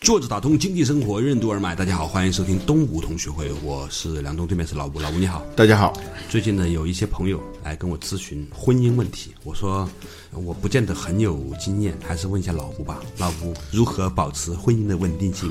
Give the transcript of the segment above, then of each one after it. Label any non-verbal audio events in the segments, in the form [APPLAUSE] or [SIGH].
坐着打通经济生活任督二脉，大家好，欢迎收听东吴同学会，我是梁东，对面是老吴，老吴你好。大家好，最近呢，有一些朋友来跟我咨询婚姻问题，我说呃我不见得很有经验，还是问一下老吴吧。老吴如何保持婚姻的稳定性？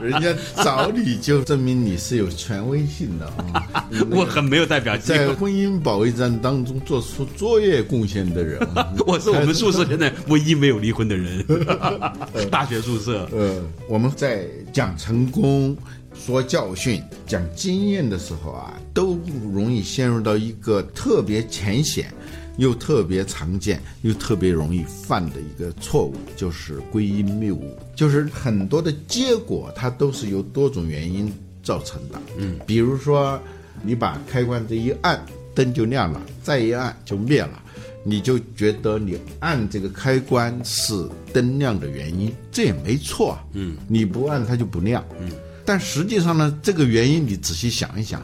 人家早你就证明你是有权威性的 [LAUGHS] 啊！我很没有代表性，在婚姻保卫战当中做出卓越贡献的人啊，我是我们宿舍现在唯一没有离婚的人， [LAUGHS] 大学宿舍。呃，我们在讲成功、说教训、讲经验的时候啊，都容易陷入到一个特别浅显。又特别常见，又特别容易犯的一个错误，就是归因谬误，就是很多的结果它都是由多种原因造成的。嗯，比如说你把开关这一按，灯就亮了，再一按就灭了，你就觉得你按这个开关是灯亮的原因，这也没错啊。嗯，你不按它就不亮。嗯，但实际上呢，这个原因你仔细想一想，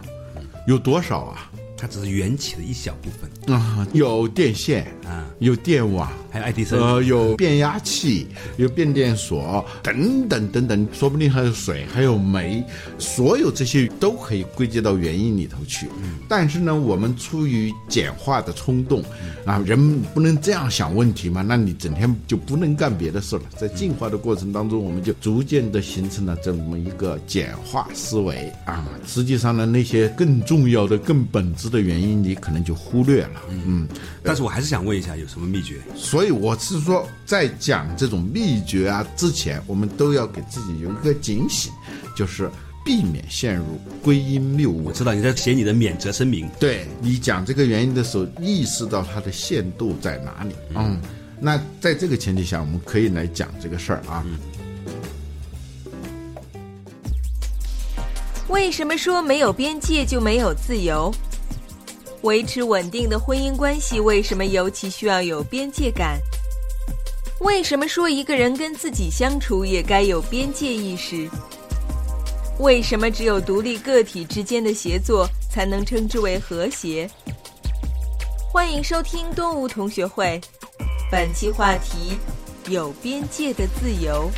有多少啊？它只是缘起的一小部分，啊，有电线啊，有电网，还有爱迪生。呃，有变压器，有变电所，等等等等，说不定还有水，还有煤，所有这些都可以归结到原因里头去。但是呢，我们出于简化的冲动，啊，人不能这样想问题嘛，那你整天就不能干别的事了。在进化的过程当中，我们就逐渐的形成了这么一个简化思维啊。实际上呢，那些更重要的、更本质的原因，你可能就忽略了。嗯，但是我还是想问一下，有什么秘诀？所以我是说，在讲这种秘诀啊之前，我们都要给自己有一个警醒，就是避免陷入归因谬误我。知道你在写你的免责声明，对你讲这个原因的时候，意识到它的限度在哪里。嗯，那在这个前提下，我们可以来讲这个事儿啊。为什么说没有边界就没有自由？维持稳定的婚姻关系为什么尤其需要有边界感？为什么说一个人跟自己相处也该有边界意识？为什么只有独立个体之间的协作才能称之为和谐？欢迎收听东吴同学会，本期话题：有边界的自由。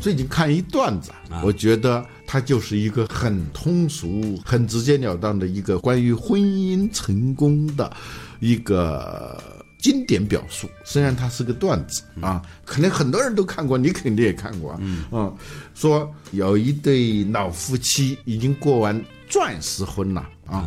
最近看一段子，我觉得它就是一个很通俗、很直截了当的一个关于婚姻成功的一个经典表述。虽然它是个段子啊，可能很多人都看过，你肯定也看过啊。嗯，说有一对老夫妻已经过完钻石婚了啊，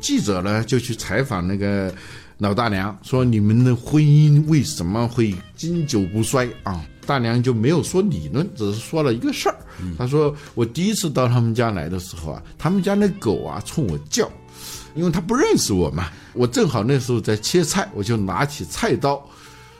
记者呢就去采访那个老大娘，说你们的婚姻为什么会经久不衰啊？大娘就没有说理论，只是说了一个事儿。她说我第一次到他们家来的时候啊，他们家那狗啊冲我叫，因为它不认识我嘛。我正好那时候在切菜，我就拿起菜刀，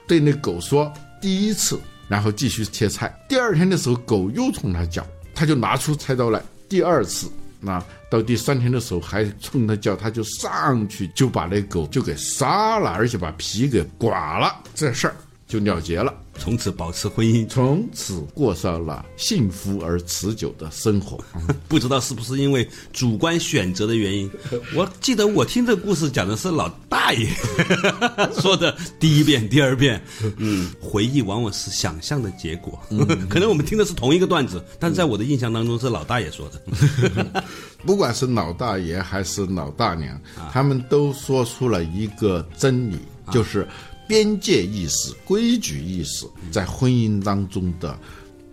对那狗说第一次，然后继续切菜。第二天的时候，狗又冲他叫，他就拿出菜刀来第二次。那到第三天的时候还冲他叫，他就上去就把那狗就给杀了，而且把皮给剐了，这事儿就了结了。从此保持婚姻。从此过上了幸福而持久的生活。不知道是不是因为主观选择的原因，我记得我听这故事讲的是老大爷 [LAUGHS] 说的第一遍、第二遍。嗯，回忆往往是想象的结果。 [LAUGHS] 可能我们听的是同一个段子，但是在我的印象当中是老大爷说的。不管是老大爷还是老大娘，他们都说出了一个真理，就是边界意识、规矩意识在婚姻当中的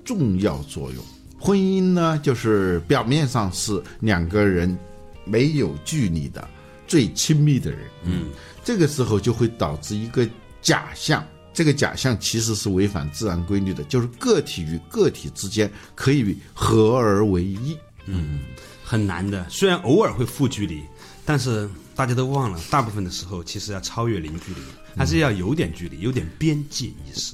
重要作用。婚姻呢，就是表面上是两个人没有距离的最亲密的人，嗯，这个时候就会导致一个假象。这个假象其实是违反自然规律的，就是个体与个体之间可以合而为一。很难的，虽然偶尔会负距离，但是大家都忘了，大部分的时候其实要超越零距离，还是要有点距离，有点边界意识。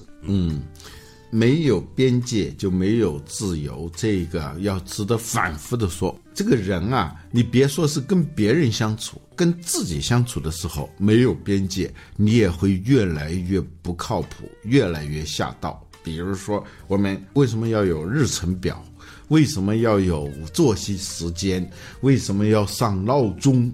没有边界就没有自由，这个要值得反复的说。这个人啊，你别说是跟别人相处，跟自己相处的时候没有边界，你也会越来越不靠谱，越来越下道。比如说，我们为什么要有日程表？为什么要有作息时间？为什么要上闹钟？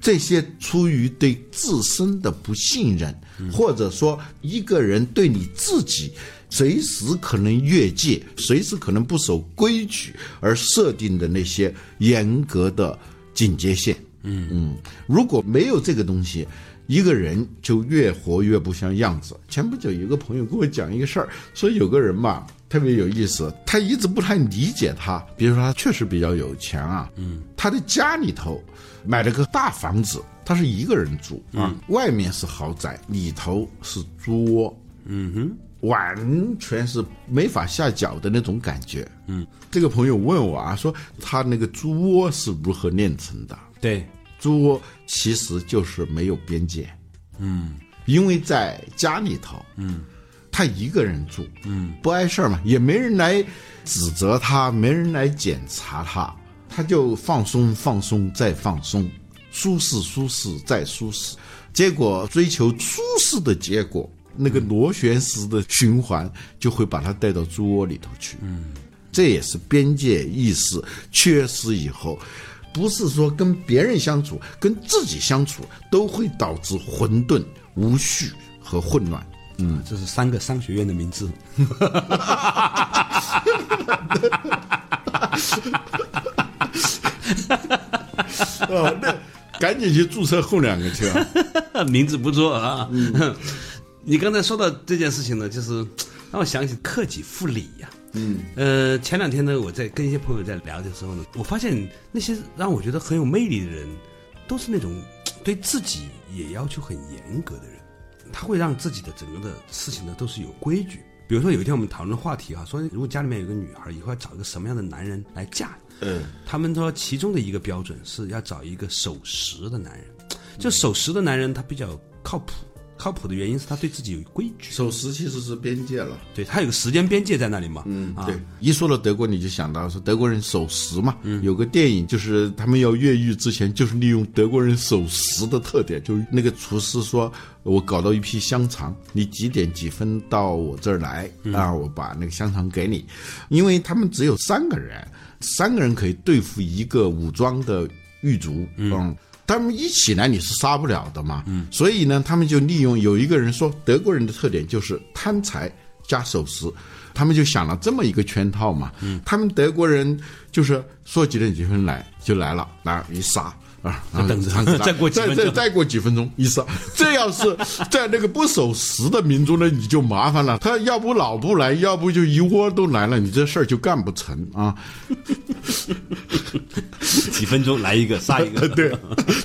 这些出于对自身的不信任，或者说一个人对你自己随时可能越界、随时可能不守规矩而设定的那些严格的警戒线。嗯嗯，如果没有这个东西，一个人就越活越不像样子。前不久有个朋友跟我讲一个事儿，说有个人嘛特别有意思，他一直不太理解他。比如说他确实比较有钱啊，嗯，他的家里头买了个大房子，他是一个人住啊，外面是豪宅，里头是猪窝，嗯完全是没法下脚的那种感觉。嗯，这个朋友问我啊，说他那个猪窝是如何炼成的？对，猪窝其实就是没有边界。嗯，因为在家里头，嗯，他一个人住，嗯，不碍事儿嘛，也没人来指责他，没人来检查他，他就放松放松再放松，舒适舒适再舒适，结果追求舒适的结果。那个螺旋式的循环就会把他带到猪窝里头去。嗯，这也是边界意识缺失以后，不是说跟别人相处，跟自己相处都会导致混沌、无序和混乱。嗯，这是三个商学院的名字。哦，那赶紧去注册后两个去 [LAUGHS] 啊！ [LAUGHS] 名字不错啊。 [LAUGHS] 你刚才说到这件事情呢，就是让我想起克己复礼呀、嗯，呃，前两天呢，我在跟一些朋友在聊的时候呢，我发现那些让我觉得很有魅力的人，都是那种对自己也要求很严格的人。他会让自己的整个的事情呢都是有规矩。比如说有一天我们讨论话题啊哈、说如果家里面有个女孩，以后要找一个什么样的男人来嫁？嗯，他们说其中的一个标准是要找一个守时的男人。就守时的男人，他比较靠谱。靠谱的原因是他对自己有规矩，守时其实是边界了。对他有个时间边界在那里嘛。嗯啊对，，一说到德国，你就想到说德国人守时嘛。有个电影就是他们要越狱之前，就是利用德国人守时的特点，就是那个厨师说：“我搞到一批香肠，你几点几分到我这儿来啊？我把那个香肠给你。”因为他们只有三个人，三个人可以对付一个武装的狱卒。嗯他们一起来你是杀不了的嘛，嗯，所以呢，他们就利用有一个人说德国人的特点就是贪财加守时，他们就想了这么一个圈套嘛，嗯，他们德国人就是说几点几分来就来了，来一杀。啊，然后等着这样子来 [LAUGHS] 再过几分钟再再再过几分钟一杀，这要 [LAUGHS] 是在那个不守时的民族呢，你就麻烦了。他要不老不来，要不就一窝都来了，你这事儿就干不成啊。几分钟来一个杀一 [LAUGHS] 个，对，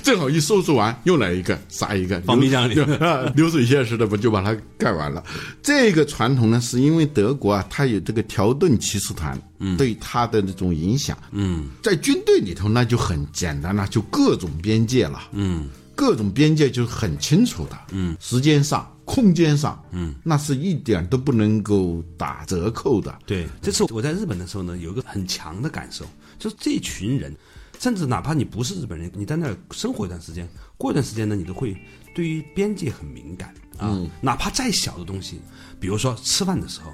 正好一收拾完，又来一个，杀一个，放冰箱里流 [LAUGHS] 啊流水线似的，不就把它盖完了？这个传统呢，是因为德国啊，它有这个条顿骑士团，嗯对它的那种影响，嗯，在军队里头那就很简单了，就各种边界了，嗯，各种边界就是很清楚的，嗯，时间上。空间上，嗯，那是一点都不能够打折扣的。对，这次我在日本的时候呢，有一个很强的感受，就是这群人，甚至哪怕你不是日本人，你在那儿生活一段时间，过一段时间呢，你都会对于边界很敏感啊。哪怕再小的东西，比如说吃饭的时候，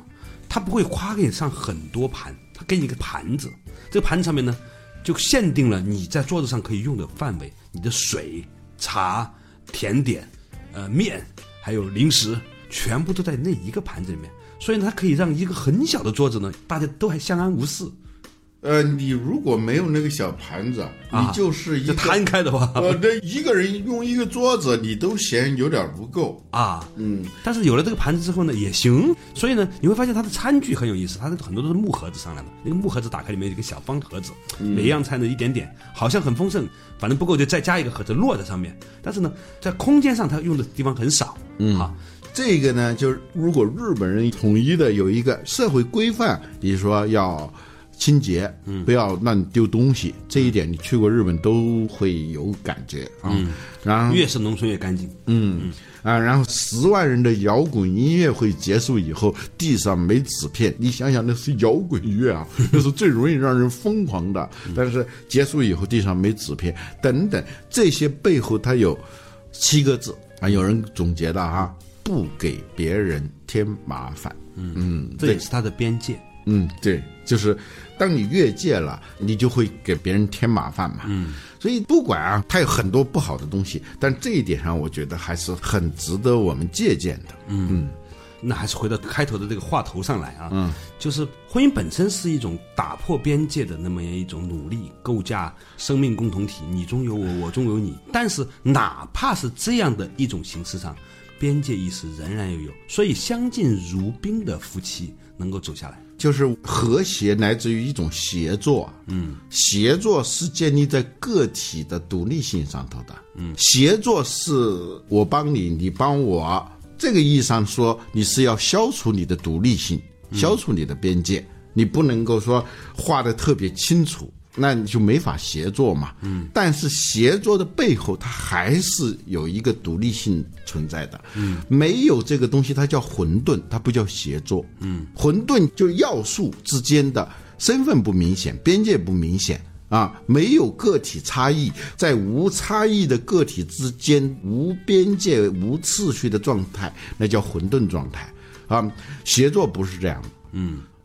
他不会夸给你上很多盘，他给你一个盘子，这个盘子上面呢，就限定了你在桌子上可以用的范围，你的水、茶、甜点、呃面，还有零食，全部都在那一个盘子里面。所以呢，它可以让一个很小的桌子呢，大家都还相安无事。呃，你如果没有那个小盘子，啊你就是一就个摊开的话， [LAUGHS] 呃，这一个人用一个桌子，你都嫌有点不够。啊，嗯，但是有了这个盘子之后呢，也行。所以呢，你会发现它的餐具很有意思，它的很多都是木盒子上来的。那个木盒子打开，里面有一个小方盒子，每样菜呢一点点，好像很丰盛，反正不够就再加一个盒子落在上面。但是呢，在空间上它用的地方很少，嗯啊，这个呢，就是如果日本人统一的有一个社会规范，比如说要清洁，不要乱丢东西，这一点你去过日本都会有感觉啊。然后越是农村越干净。嗯啊，然后十万人的摇滚音乐会结束以后，地上没纸片，你想想那是摇滚乐啊，那是最容易让人疯狂的。嗯但是结束以后地上没纸片，等等这些背后它有七个字啊，有人总结的哈、不给别人添麻烦。嗯这也是它的边界。嗯，对，就是当你越界了，你就会给别人添麻烦嘛。嗯，所以不管啊，它有很多不好的东西，但这一点上，我觉得还是很值得我们借鉴的。那还是回到开头的这个话头上来啊，嗯，就是婚姻本身是一种打破边界的那么一种努力，构架生命共同体，你中有我，我中有你。但是哪怕是这样的一种形式上，边界意识仍然要有，所以相敬如宾的夫妻能够走下来。就是和谐来自于一种协作，嗯，协作是建立在个体的独立性上头的，嗯，协作是我帮你，你帮我，这个意义上说，你是要消除你的独立性，消除你的边界，你不能够说画的特别清楚，那你就没法协作嘛，嗯，但是协作的背后，它还是有一个独立性存在的，嗯，没有这个东西，它叫混沌，它不叫协作，嗯，混沌就要素之间的身份不明显，边界不明显。啊，没有个体差异，在无差异的个体之间无边界、无次序的状态，那叫混沌状态啊。协作不是这样的，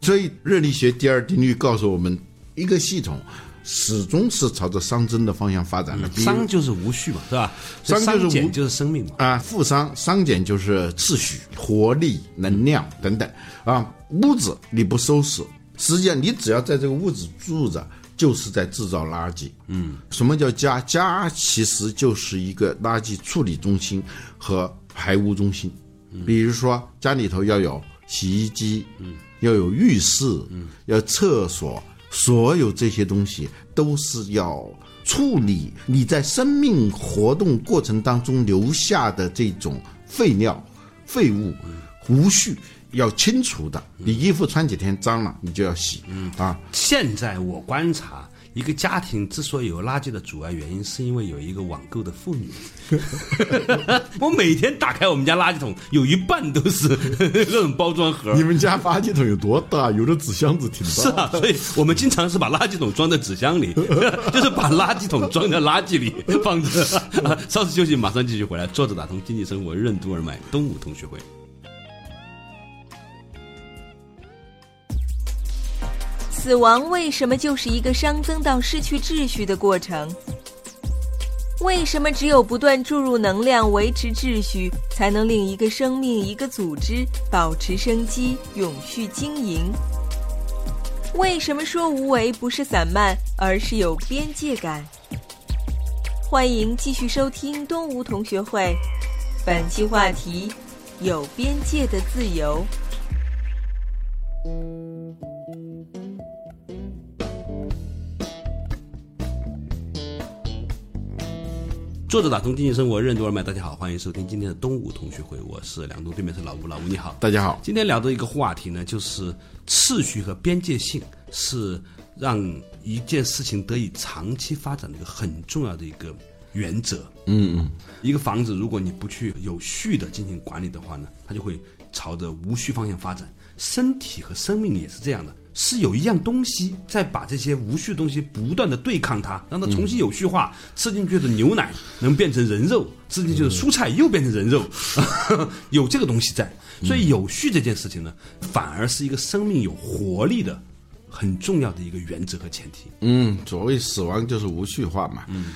所以热力学第二定律告诉我们，一个系统始终是朝着熵增的方向发展的。比如商就是无序嘛，是吧？商就是商无减就是生命嘛。啊，富商商减就是秩序、活力、能量等等啊。屋子你不收拾，实际上你只要在这个屋子住着，就是在制造垃圾。嗯，什么叫家？家其实就是一个垃圾处理中心和排污中心。比如说家里头要有洗衣机，嗯，要有浴室，嗯，要厕所，所有这些东西都是要处理你在生命活动过程当中留下的这种废料、废物、无序。要清除的，你衣服穿几天脏了，你就要洗，嗯啊，现在我观察，一个家庭之所以有垃圾的阻碍，原因是因为有一个网购的妇女。 [LAUGHS] 我每天打开我们家垃圾桶，有一半都是 [LAUGHS] 各种包装盒。们家垃圾桶有多大？有的纸箱子挺是啊， [LAUGHS] 所以我们经常是把垃圾桶装在纸箱里， [LAUGHS] 就是把垃圾桶装在垃圾里放着。稍事休息，马上继续回来。坐着打通经济生活，任督二脉，东吴同学会。死亡为什么就是一个熵增到失去秩序的过程？为什么只有不断注入能量维持秩序，才能令一个生命、一个组织保持生机、永续经营？为什么说无为不是散漫，而是有边界感？欢迎继续收听东吴同学会，本期话题：有边界的自由。作者打通经济生活任督二脉，大家好，欢迎收听今天的东吴同学会，我是梁东，对面是老吴，老吴你好。大家好，今天聊的一个话题呢，就是次序和边界性是让一件事情得以长期发展的一个很重要的一个原则。嗯嗯，一个房子如果你不去有序的进行管理的话呢，它就会朝着无序方向发展。身体和生命也是这样的，是有一样东西在把这些无序的东西不断的对抗它，让它重新有序化。吃进去的牛奶能变成人肉，吃进去的蔬菜又变成人肉， [LAUGHS] 有这个东西在。所以有序这件事情呢，反而是一个生命有活力的很重要的一个原则和前提。嗯，所谓死亡就是无序化嘛。嗯，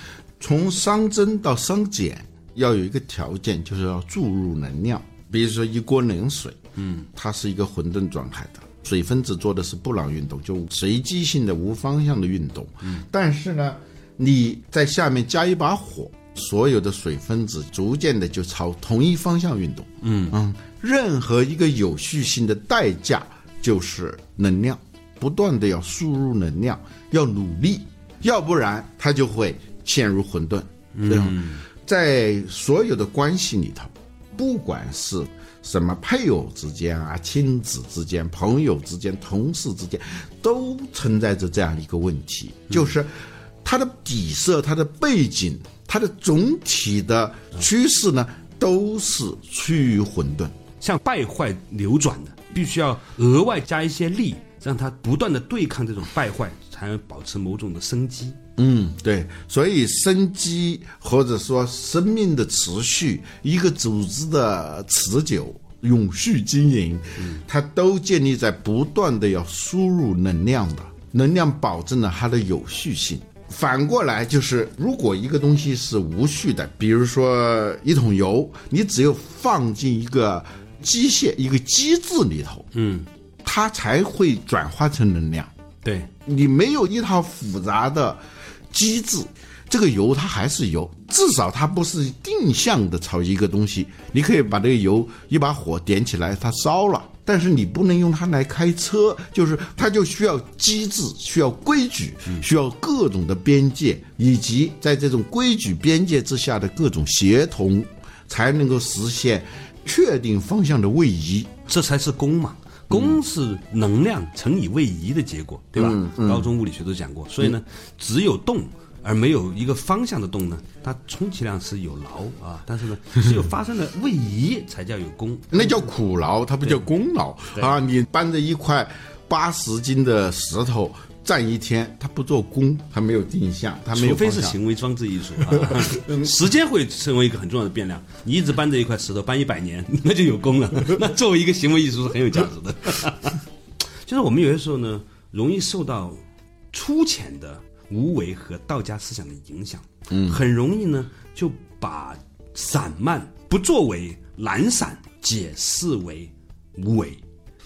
从熵增到熵减，要有一个条件，就是要注入能量。比如说一锅冷水，嗯，它是一个混沌状态的，水分子做的是布朗运动，就随机性的无方向的运动。嗯，但是呢，你在下面加一把火，所有的水分子逐渐的就朝同一方向运动。嗯嗯，任何一个有序性的代价就是能量。不断的要输入能量，要努力，要不然它就会陷入混沌。对吧？在所有的关系里头，不管是什么配偶之间啊、亲子之间、朋友之间、同事之间，都存在着这样一个问题，就是它的底色、它的背景、它的总体的趋势呢，都是趋于混沌。向败坏流转的，必须要额外加一些力，让它不断的对抗这种败坏，才能保持某种的生机。嗯，对，所以生机或者说生命的持续，一个组织的持久、永续经营，它都建立在不断的要输入能量的，能量保证了它的有序性。反过来就是，如果一个东西是无序的，比如说一桶油，你只有放进一个机械、一个机制里头，嗯，它才会转化成能量。对，你没有一套复杂的机制，这个油它还是油，至少它不是定向的炒一个东西。你可以把这个油一把火点起来，它烧了，但是你不能用它来开车，就是它就需要机制，需要规矩，需要各种的边界，以及在这种规矩边界之下的各种协同，才能够实现确定方向的位移。这才是功嘛。功是能量乘以位移的结果，对吧？高中物理学都讲过，所以呢，只有动而没有一个方向的动呢，它充其量是有劳啊，但是呢，只有发生了位移才叫有功。那叫嗯苦劳，它不叫功劳啊！你搬着一块八十斤的石头站一天，它不做功，它没有定向，它啊没有除非方是向。行为装置艺术 [LAUGHS] 啊， [LAUGHS] 时间会成为一个很重要的变量。你一直搬着一块石头搬一百年， [LAUGHS] 那就有功了。那作为一个行为艺术是很有价值的。 [LAUGHS] 就是我们有些时候呢，容易受到粗浅的无为和道家思想的影响，嗯，很容易呢就把散漫、不作为、懒散解释为无为，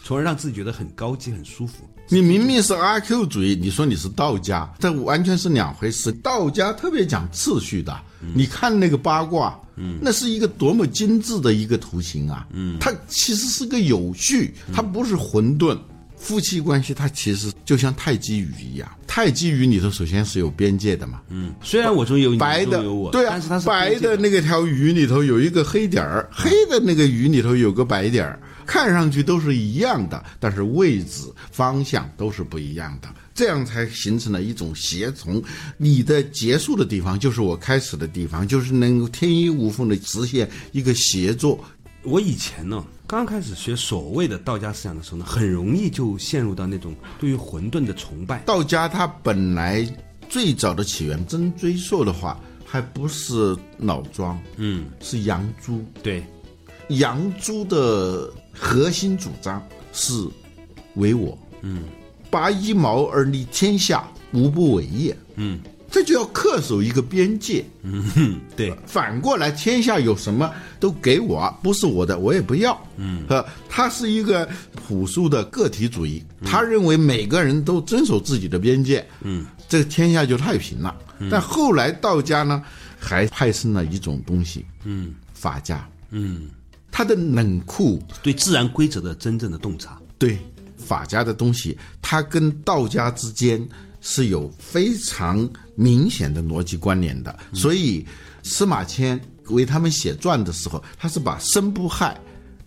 从而让自己觉得很高级、很舒服。你明明是阿 Q 主义，你说你是道家，这完全是两回事。道家特别讲次序的，嗯你看那个八卦，那是一个多么精致的一个图形啊！嗯它其实是个有序，它不是混沌。夫妻关系它其实就像太极鱼一样，太极鱼里头首先是有边界的嘛，嗯，虽然我中有你，白你中的有我，对啊但是它，是嗯白边界的那个条鱼里头有一个黑点儿，黑的那个鱼里头有个白点儿，看上去都是一样的，但是位置、方向都是不一样的，这样才形成了一种协同。你的结束的地方就是我开始的地方，就是能够天衣无缝的实现一个协作。我以前呢，刚开始学所谓的道家思想的时候呢，很容易就陷入到那种对于混沌的崇拜。道家它本来最早的起源，真追溯的话，还不是老庄，嗯，是杨朱。对，杨朱的核心主张是唯我，嗯，拔一毛而立天下，无不为也，嗯，这就要恪守一个边界。嗯，对，反过来，天下有什么都给我，不是我的我也不要，嗯，呃，他是一个朴素的个体主义，他认为每个人都遵守自己的边界，嗯，这个天下就太平了。但后来道家呢，还派生了一种东西，嗯，法家，嗯，他的冷酷对自然规则的真正的洞察。对法家的东西，它跟道家之间是有非常明显的逻辑关联的。所以司马迁为他们写传的时候，他是把申不害、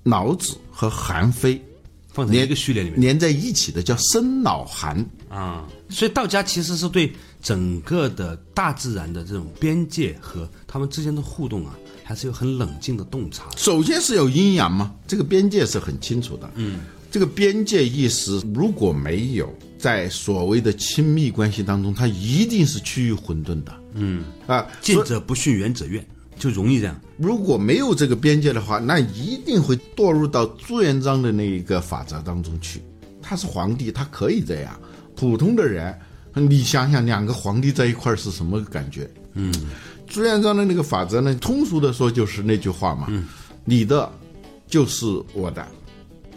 老子和韩非放在连一个序列里面连在一起的，叫申老韩。啊、所以道家其实是对整个的大自然的这种边界和他们之间的互动啊，还是有很冷静的洞察的。首先是有阴阳嘛，这个边界是很清楚的。嗯，这个边界意识如果没有在所谓的亲密关系当中，它一定是趋于混沌的。嗯啊，近者不逊，远者怨，就容易这样。如果没有这个边界的话，那一定会堕入到朱元璋的那一个法则当中去。他是皇帝，他可以这样。普通的人，你想想，两个皇帝在一块儿是什么感觉？嗯，朱元璋的那个法则呢，通俗的说就是那句话嘛，你的就是我的，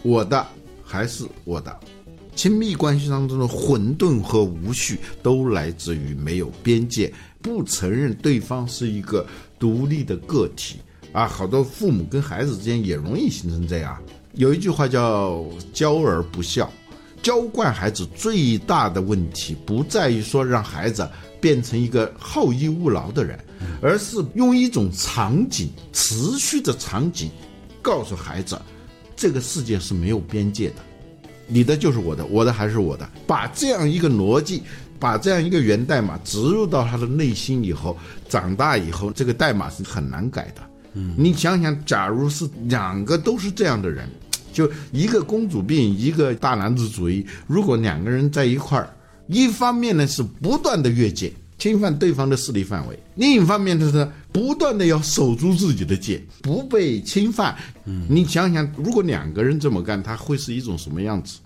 我的还是我的。亲密关系当中的混沌和无序，都来自于没有边界，不承认对方是一个独立的个体啊。好多父母跟孩子之间也容易形成这样。有一句话叫“教而不孝”，娇惯孩子最大的问题，不在于说让孩子变成一个好逸恶劳的人，而是用一种场景，持续的场景告诉孩子，这个世界是没有边界的，你的就是我的，我的还是我的。把这样一个逻辑，把这样一个源代码植入到他的内心以后，长大以后，这个代码是很难改的。嗯，你想想，假如是两个都是这样的人，就一个公主病，一个大男子主义，如果两个人在一块儿，一方面呢是不断的越界。侵犯对方的势力范围，另一方面就是不断的要守住自己的界，不被侵犯。嗯，你想想，如果两个人这么干，他会是一种什么样子？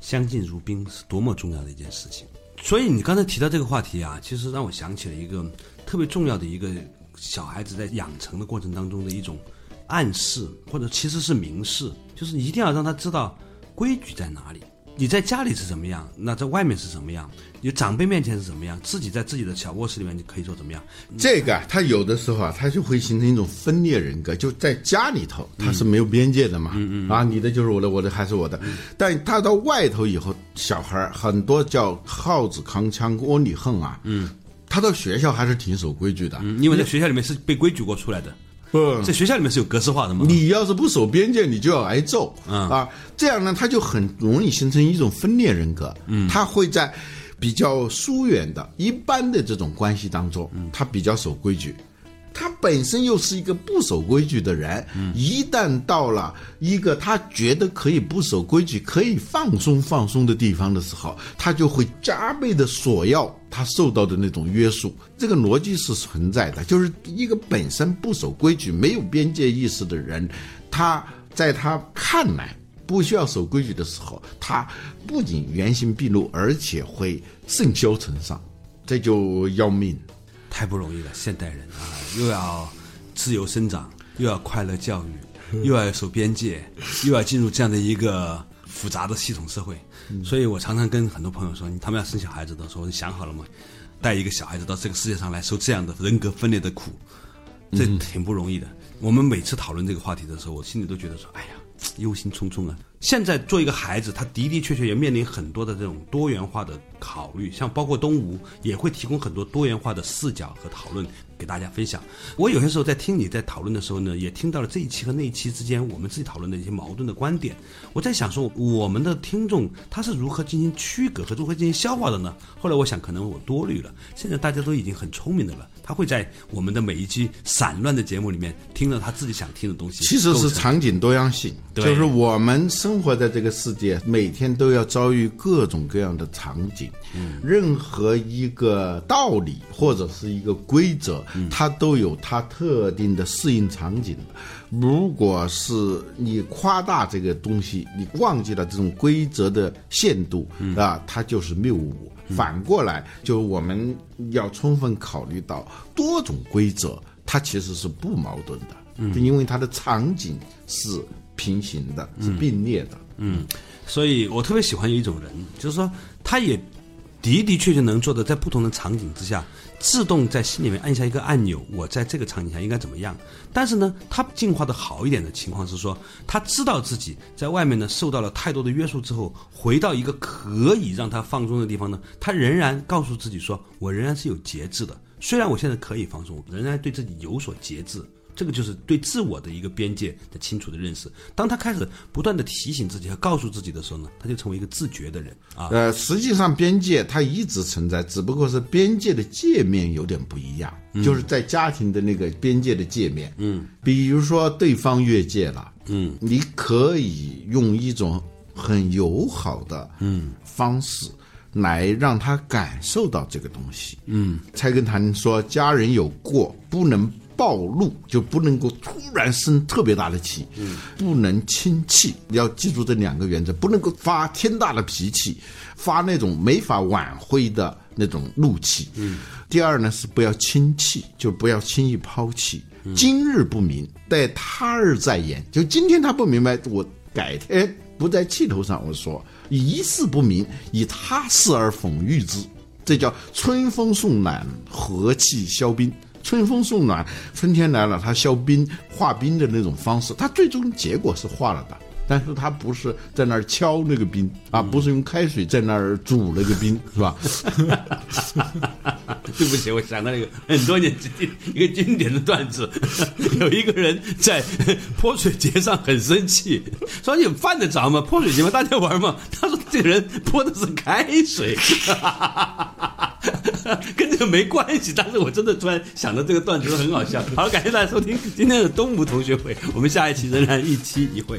相敬如宾是多么重要的一件事情。所以你刚才提到这个话题啊，其实让我想起了一个特别重要的一个小孩子在养成的过程当中的一种暗示，或者其实是明示，就是一定要让他知道规矩在哪里。你在家里是怎么样，那在外面是怎么样？你长辈面前是怎么样？自己在自己的小卧室里面你可以做怎么样？这个啊他有的时候啊，他就会形成一种分裂人格，就在家里头他是没有边界的嘛，啊，你的就是我的，我的还是我的。但他到外头以后，小孩儿很多叫耗子扛枪窝里横啊，嗯，他到学校还是挺守规矩的，嗯因为在学校里面是被规矩过出来的，嗯在学校里面是有格式化的嘛。你要是不守边界，你就要挨揍、嗯啊！这样呢，他就很容易形成一种分裂人格。嗯，他会在比较疏远的、一般的这种关系当中，他比较守规矩。他本身又是一个不守规矩的人，一旦到了一个他觉得可以不守规矩、可以放松放松的地方的时候，他就会加倍的索要他受到的那种约束。这个逻辑是存在的，就是一个本身不守规矩、没有边界意识的人，他在他看来不需要守规矩的时候，他不仅原形毕露，而且会甚嚣尘上，这就要命。太不容易了，现代人啊，又要自由生长，又要快乐教育，又要守边界，又要进入这样的一个复杂的系统社会。所以我常常跟很多朋友说，他们要生小孩子的时候，你想好了吗？带一个小孩子到这个世界上来受这样的人格分裂的苦，这挺不容易的。我们每次讨论这个话题的时候，我心里都觉得说，哎呀，忧心忡忡啊。现在做一个孩子，他的的确确也面临很多的这种多元化的考虑，像包括东吴也会提供很多多元化的视角和讨论给大家分享。我有些时候在听你在讨论的时候呢，也听到了这一期和那一期之间我们自己讨论的一些矛盾的观点。我在想说，我们的听众他是如何进行区隔和如何进行消化的呢？后来我想，可能我多虑了。现在大家都已经很聪明的了，他会在我们的每一期散乱的节目里面听到他自己想听的东西。其实构是成场景多样性，对就是我们生活在这个世界，每天都要遭遇各种各样的场景。嗯任何一个道理或者是一个规则，嗯它都有它特定的适应场景。如果是你夸大这个东西，你忘记了这种规则的限度嗯啊，它就是谬误。反过来，就我们要充分考虑到多种规则，它其实是不矛盾的。就因为它的场景是平行的，是并列的。所以我特别喜欢有一种人，就是说他也的的确确能做的，在不同的场景之下，自动在心里面按下一个按钮，我在这个场景下应该怎么样。但是呢，他进化的好一点的情况是说，他知道自己在外面呢受到了太多的约束之后，回到一个可以让他放松的地方呢，他仍然告诉自己说，我仍然是有节制的。虽然我现在可以放松，我仍然对自己有所节制。这个就是对自我的一个边界的清楚的认识。当他开始不断的提醒自己和告诉自己的时候呢，他就成为一个自觉的人啊。呃，实际上边界它一直存在，只不过是边界的界面有点不一样，就是在家庭的那个边界的界面。嗯，比如说对方越界了，嗯，你可以用一种很友好的嗯方式。来让他感受到这个东西，嗯，才跟他说家人有过，不能暴露，就不能够突然生特别大的气，嗯，不能轻气，你要记住这两个原则，不能够发天大的脾气，发那种没法挽回的那种怒气，嗯，第二呢是不要轻气，就不要轻易抛弃，今日不明，待他日再言，就今天他不明白，我改天不在气头上，我说以一事不明，以他事而讽喻之，这叫春风送暖，和气消冰。春风送暖，春天来了，它消冰化冰的那种方式，它最终结果是化了的。但是它不是在那儿敲那个冰啊，不是用开水在那儿煮那个冰，是吧？对不起，我想到一个很多年一个经典的段子， [LAUGHS] 有一个人在泼水节上很生气，说你犯得着吗？泼水节嘛，大家玩嘛。他说这人泼的是开水， [LAUGHS] 跟这个没关系。但是我真的突然想到这个段子很好笑。好了，感谢大家收听今天的东吴同学会，我们下一期仍然一期一会。